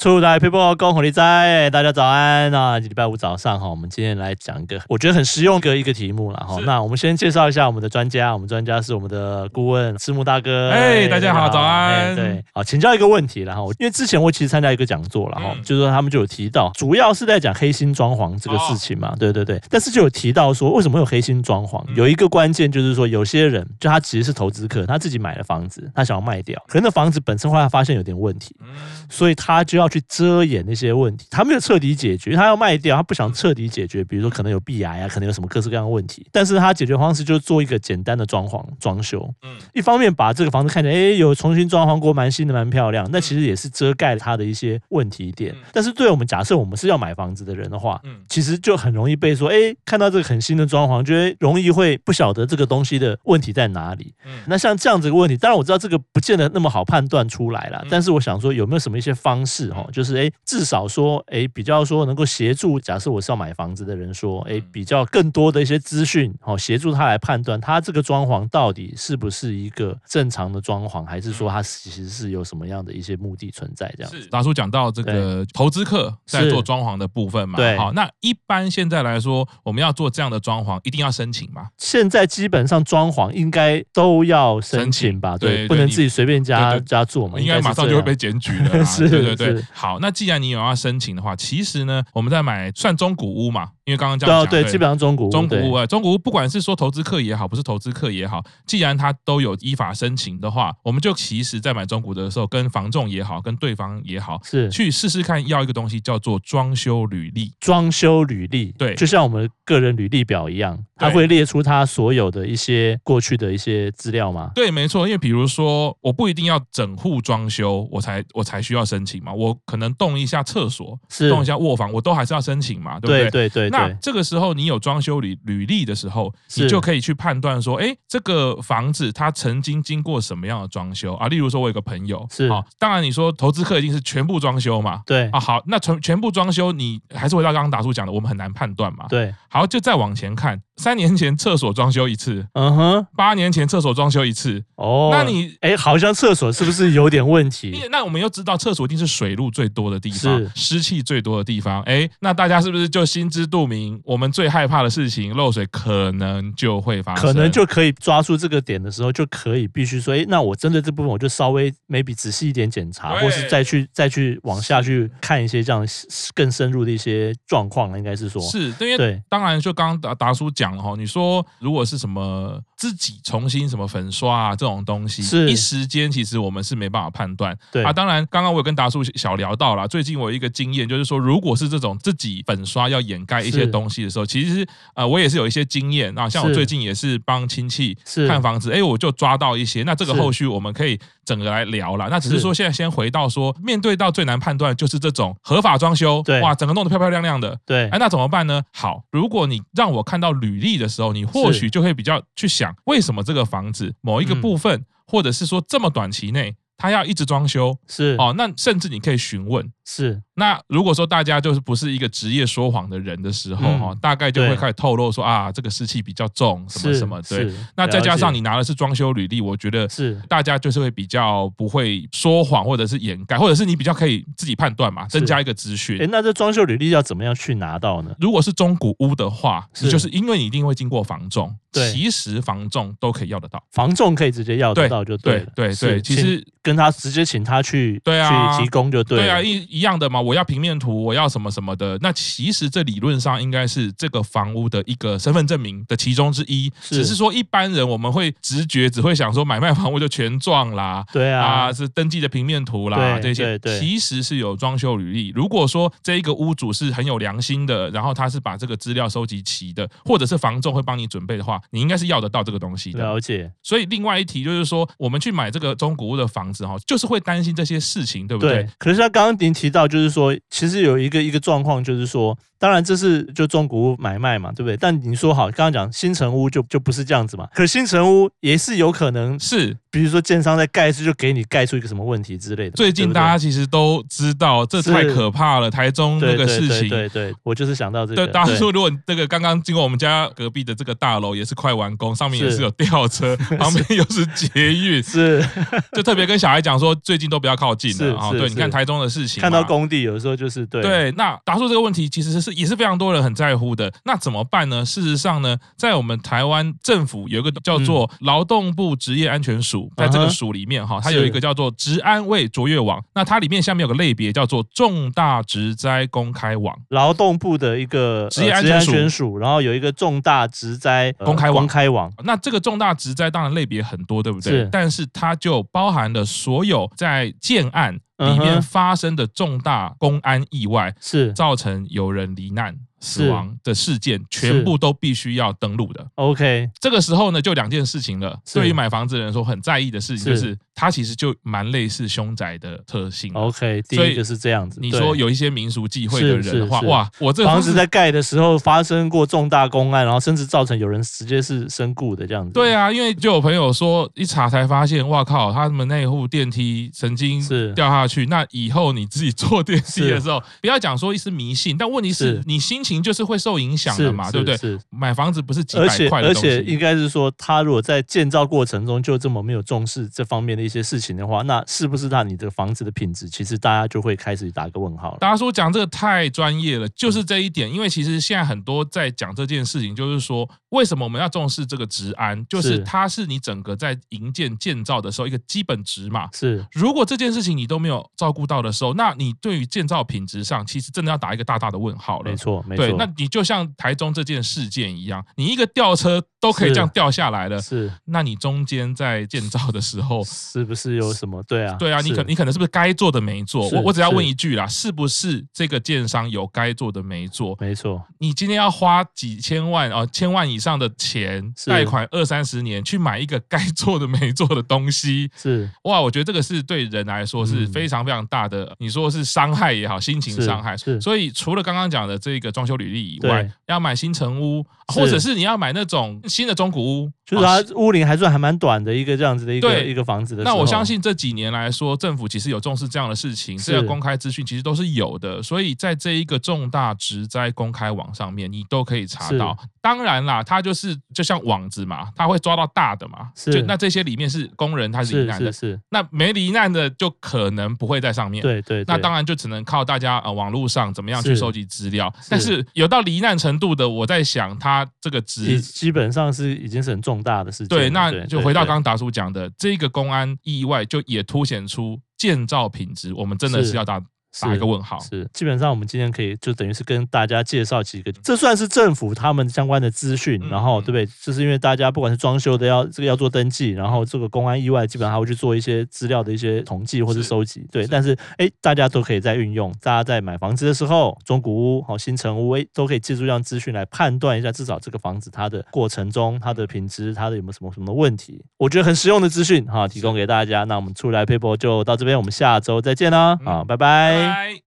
出来 people 共同理在，大家早安。那礼拜五早上哈，我们今天来讲一个我觉得很实用的一个题目了哈是。那我们先介绍一下我们的专家，我们专家是我们的顾问赤木大哥。哎大家好早哎安对，好，请教一个问题啦哈，因为之前我其实参加一个讲座了哈，嗯就是说他们就有提到，主要是在讲黑心装潢这个事情嘛，对对对。但是就有提到说，为什么会有黑心装潢？哦嗯有一个关键就是说，有些人就他其实是投资客，他自己买了房子，他想要卖掉，可是那房子本身后来发现有点问题，嗯，所以他就要去遮掩那些问题，他没有彻底解决，他要卖掉，他不想彻底解决，比如说可能有壁癌啊，可能有什么各式各样的问题，但是他解决方式就是做一个简单的装潢装修，嗯一方面把这个房子看起来，哎，有重新装潢过，蛮新的，蛮漂亮，那其实也是遮盖它的一些问题点嗯，但是对我们假设我们是要买房子的人的话，嗯，其实就很容易被说，哎，看到这个很新的装潢，就会容易会不晓得这个东西的问题在哪里，嗯那像这样子的问题，当然我知道这个不见得那么好判断出来啦，嗯但是我想说有没有什么一些方式哦，就是诶，至少说诶，比较说能够协助，假设我是要买房子的人说，诶，嗯比较更多的一些资讯哦，协助他来判断他这个装潢到底是不是一个正常的装潢，还是说他其实是有什么样的一些目的存在这样。嗯是大叔讲到这个投资客在是做装潢的部分嘛，对好，那一般现在来说，我们要做这样的装潢，一定要申请嘛，现在基本上装潢应该都要申申请请吧，对不对能你自己随便加对对加做嘛，应该是马上这就会样。被检举的啦是对对对是。好，那既然你有要申请的话，其实呢，我们在买算中古屋嘛，因为刚刚这对样啊讲，对，基本上中古屋中古对屋哎，中古屋不管是说投资客也好，不是投资客也好，既然他都有依法申请的话，我们就其实在买中古的时候，跟房仲也好，跟对方也好，是去试试看要一个东西叫做装修履历。装修履历，对就像我们个人履历表一样，它对会列出它所有的一些过去的一些资料吗？对，没错，因为比如说，我不一定要整户装修，我才我才需要申请嘛。我可能动一下厕所，是，动一下卧房，我都还是要申请嘛，对不对对对那对，这个时候你有装修履履历的时候，是你就可以去判断说，哎，这个房子它曾经经过什么样的装修啊？例如说，我有个朋友是好当然你说投资客一定是全部装修嘛。对啊，好，那全全部装修，你还是回到刚刚达叔讲的，我们很难判断嘛。对，好，就再往前看，三年前厕所装修一次，嗯哼，八年前厕所装修一次，哦，那你哎，好像厕所是不是有点问因题？ 为那我们又知道厕所一定是水路最多的地方是，湿气最多的地方。哎，那大家是不是就心知肚明？我们最害怕的事情，漏水可能就会发生，可能就可以抓住这个点的时候，就可以必须说，哎，那我针对这部分，我就稍微 maybe 仔细一点检查，对或是再去再去往下去看一些这样更深入的一些状况，应该是说，是因为。对，当然，就刚刚达达叔讲了哈，你说如果是什么自己重新什么粉刷啊这种东西，是一时间其实我们是没办法判断。对啊，当然，刚刚我有跟达叔小聊到啦，最近我有一个经验，就是说，如果是这种自己粉刷要掩盖一些是东西的时候，其实呃，我也是有一些经验啊，像我是最近也是帮亲戚是看房子，哎，我就抓到一些。那这个是后续我们可以整个来聊啦。那只是是说，现在先回到说，面对到最难判断就是这种合法装修，对哇，整个弄得漂漂亮亮的。对哎，，那怎么办呢？好，如果你让我看到履历的时候，你或是许就会比较去想，为什么这个房子某一个嗯部分，或者是说这么短期内，它要一直装修，是哦，那甚至你可以询问。是那如果说大家就是不是一个职业说谎的人的时候，嗯哈、大概就会对开始透露说啊，这个湿气比较重，什么是什么，对。是那再了加上解你拿的是装修履历，我觉得是大家就是会比较不会说谎，或者是掩盖，或者是你比较可以自己判断嘛，增加一个资诶，讯。那这装修履历要怎么样去拿到呢？如果是中古屋的话，是就是因为你一定会经过房仲，对其实房仲都可以要得到。房仲可以直接要得到就对了，对是对，其请实跟他直接请他去对啊去提供就对对啊，了，一一样的嘛，我要平面图，我要什么什么的。那其实这理论上应该是这个房屋的一个身份证明的其中之一，是只是说一般人我们会直觉只会想说买卖房屋就全幢啦。对啊啊，，是登记的平面图啦，对这些对对其实是有装修履历。如果说这一个屋主是很有良心的，然后他是把这个资料收集齐的，或者是房仲会帮你准备的话，你应该是要得到这个东西的。了解，所以另外一题就是说，我们去买这个中古屋的房子哈，就是会担心这些事情，对不对？对。可是他刚刚您提到，就是说，其实有一个一个状况，就是说，当然这是就中古屋买卖嘛，对不对？但你说好，刚刚讲新城屋就就不是这样子嘛，可是新城屋也是有可能，是，比如说建商在盖时就给你盖出一个什么问题之类的嘛，最近大家家。其实都知道，这是太可怕了，台中对那对个事对情。对对，我就是想到这对，个。大家对说，如果这个刚刚经过我们家隔壁的这个大楼也是快完工，上面也是是有 吊车，旁边又是捷运，是 就特别跟小孩讲说，最近都不要靠近是了啊、是对，你看是台中的事情嘛，看到工地，有时候就是对对，那答出这个问题，其实是也是非常多人很在乎的。那怎么办呢？事实上呢，在我们台湾政府有一个叫做劳动部职业安全署，在嗯这个哼署里面哈，它嗯是有一个叫做职安卫卓越网。那它里面下面有个类别叫做重大职灾公开网。劳动部的一个呃职业安职全安署全署，然后有一个重大职灾呃公开网公开网，那这个重大职灾当然类别很多，对不对？是但是它就包含了所有在建案里嗯面哼发生的重大公安意外，是造成有人罹难、死是亡的事件，全是部都必须要登录的。 OK，这个时候呢，就两件事情了。是对于买房子的人说，很在意的事情就是是，它其实就蛮类似凶宅的特性。 OK，第嗯所以一个是这样子。你哦对说有一些民俗忌讳的人的话，是是是哇，我这个房子在盖的时候发生过重大公案，然后甚至造成有人直接是身故的这样子。对啊，啊，因为就有朋友说，一查才发现，哇靠，他们那户电梯曾经是掉下去。那以后你自己坐电梯是的时候，不要讲说一丝迷信，但问题是是你心情就是会受影响的是嘛，是对不对？是。买房子不是几而百且块的而东西，且应该是说，他如果在建造过程中就这么没有重视这方面的一些事情的话，那是不是他你的房子的品质，其实大家就会开始打个问号了。达叔讲这个太专业了，就是这一点。因为其实现在很多在讲这件事情，就是说为什么我们要重视这个治安，就是是它是你整个在营建建造的时候一个基本值嘛。是如果这件事情你都没有照顾到的时候，那你对于建造品质上，其实真的要打一个大大的问号了没。错，没对错，，那你就像台中这件事件一样，你一个吊车都可以是这样掉下来 了，是那你中间在建造的时候，是不是有什么？对啊，对啊，你是可你可能是不是该做的没做？是我我只要是问一句啦，是不是这个建商有该做的没做？没错，你今天要花几千万哦，千万以上的钱，是贷款二三十年去买一个该做的没做的东西，是哇，我觉得这个是对人来说是嗯非常非常大的，你说是伤害也好，心情是伤害。是所以除了刚刚讲的这个装修履历以外对，要买新城屋，是或者是你要买那种新的中古屋，就是哦它屋龄还算还蛮短的一个这样子的一个对一个房子的时那候。我相信这几年来说，政府其实有重视这样的事情，是这个公开资讯其实都是有的，所以在这一个重大职灾公开网上面，你都可以查到。当然啦，它就是就像网子嘛，它会抓到大的嘛，是就那这些里面是工人他是罹是难的是，是，那没罹难的就可能不会在上面。对对。那对当然就只能靠大家呃网络上怎么样去是收集资料，但是有到罹难程度的，我在想它这个基值基本上是已经是很重大的事情了。对，那就回到对刚刚达叔讲的，这个公安意外就也凸显出建造品质，我们真的是是要打打一个问号。是，基本上我们今天可以就等于是跟大家介绍几个，这算是政府他们相关的资讯，嗯然后嗯对不对？就是因为大家不管是装修的要这个要做登记，然后这个公安意外基本上还会去做一些资料的一些统计或者是收集，对。是但是哎，大家都可以在运用，大家在买房子的时候，中古屋、好新城屋，哎，都可以借助这样资讯来判断一下，至少这个房子它的过程中它的品质，它的有没有什么什么问题？我觉得很实用的资讯哈，提供给大家。那我们出来 paper 就到这边，我们下周再见啦，嗯啊，拜拜拜